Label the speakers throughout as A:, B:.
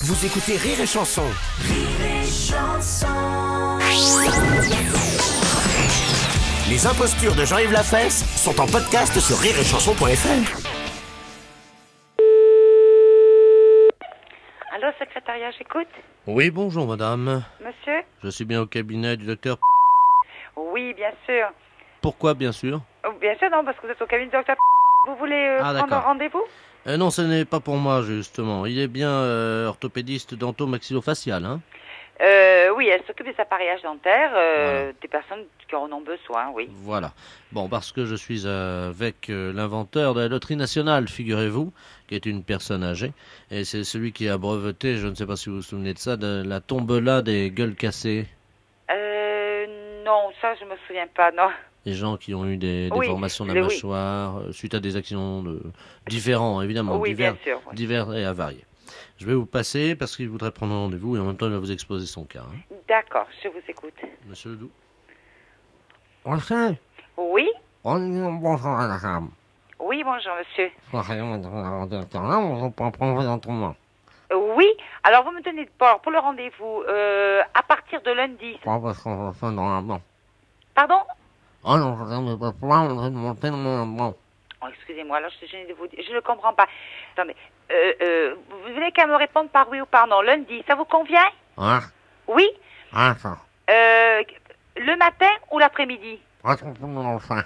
A: Vous écoutez Rire et Chanson. Les impostures de Jean-Yves Lafesse sont en podcast sur rireetchanson.fr.
B: Allô, secrétariat, j'écoute.
C: Oui, bonjour madame.
B: Monsieur
C: Je suis bien au cabinet du docteur.
B: Oui, bien sûr.
C: Pourquoi bien sûr
B: Oh, bien sûr, non, parce que vous êtes au cabinet du docteur. Vous voulez euh,
C: Ah,
B: prendre
C: d'accord.
B: rendez-vous
C: Euh, Non, ce n'est pas pour moi justement. Il est bien euh, orthopédiste dentomaxillofacial, hein
B: euh, Oui, elle s'occupe des appareillages dentaires euh, des personnes qui en ont besoin, oui.
C: Voilà. Bon, parce que je suis euh, avec euh, l'inventeur de la loterie nationale, figurez-vous, qui est une personne âgée, et c'est celui qui a breveté, je ne sais pas si vous vous souvenez de ça, de la tombola des gueules cassées.
B: Euh, non, ça, je me souviens pas, non.
C: Les gens qui ont eu des
B: Oui,
C: déformations de la
B: le- oui.
C: mâchoire euh, suite à des accidents de... différents, évidemment,
B: oui,
C: divers.
B: bien sûr. oui.
C: divers et avariés. Je vais vous passer parce qu'il voudrait prendre rendez-vous et en même temps il va vous exposer son cas. hein.
B: D'accord, je vous écoute.
C: Monsieur Ledoux.
D: Bonjour,
B: Oui
D: bonjour, bonjour à la femme.
B: Oui, bonjour, monsieur.
D: Soyons dans le là, on peut prendre dans tout le monde.
B: Euh, oui, alors vous me donnez de bord pour le rendez-vous euh, à partir de lundi.
D: Pas parce qu'on se sent dans la banque.
B: Pardon
D: Ah non, je ne peux pas, on veut monter dans la banque.
B: Oh, excusez-moi, alors je suis gênée de vous dire, je ne comprends pas. Attendez, euh, euh, vous venez qu'à me répondre par oui ou par non. Lundi, ça vous convient
D: Ah,
B: Oui
D: ah, ça.
B: Euh, Le matin ou l'après-midi
D: Pas tout le monde le sait.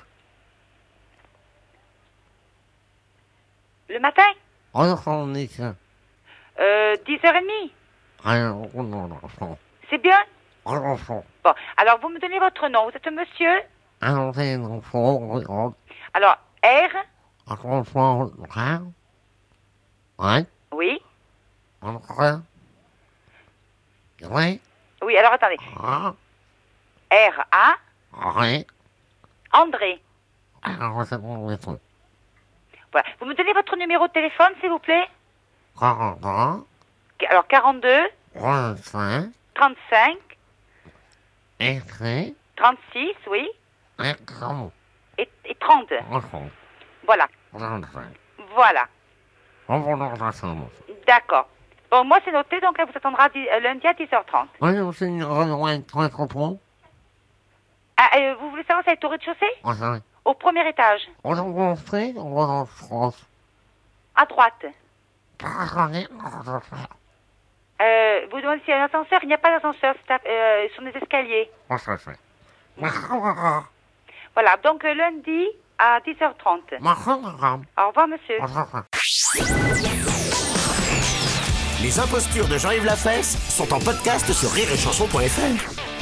B: Le matin
D: On est en Nice.
B: euh, 10h30
D: Allez, on est dans le fond.
B: C'est bien
D: On est dans le fond.
B: Bon, alors vous me donnez votre nom. Vous êtes monsieur
D: Allez, dans le fond, on est dans le fond.
B: Alors, R
D: Attends, on est dans le fond. Ouais,
B: Oui
D: on est dans le fond. Ouais,
B: Oui, alors attendez.
D: ah,
B: R-A
D: ouais.
B: André.
D: Alors, c'est bon, c'est bon.
B: Voilà. Vous me donnez votre numéro de téléphone, s'il vous plaît
D: 40 ans,
B: Qu- Alors, 42
D: on le sait.
B: 35
D: écrit
B: 36, oui,
D: et comme
B: et, et 30.
D: enfant.
B: Voilà,
D: L'enfant.
B: voilà.
D: On va dans la chambre.
B: D'accord. Bon, moi, c'est noté, donc elle vous attendra à dix- euh, lundi à 10h30.
D: On est aussi une renommée très propre.
B: Ah, euh, vous voulez savoir si elle est au rez-de-chaussée
D: On s'en
B: Au premier étage,
D: On est en Street, on va en France.
B: à droite.
D: Par année, on va faire.
B: Euh, vous demandez s'il y a un ascenseur, il n'y a pas d'ascenseur, c'est à- euh, sur des escaliers.
D: On se fait. Ma chambre,
B: Voilà, donc euh, lundi à 10h30.
D: ma chambre,
B: Au revoir, monsieur.
D: on se fait.
A: Les impostures de Jean-Yves Lafesse sont en podcast sur rireetchanson.fr.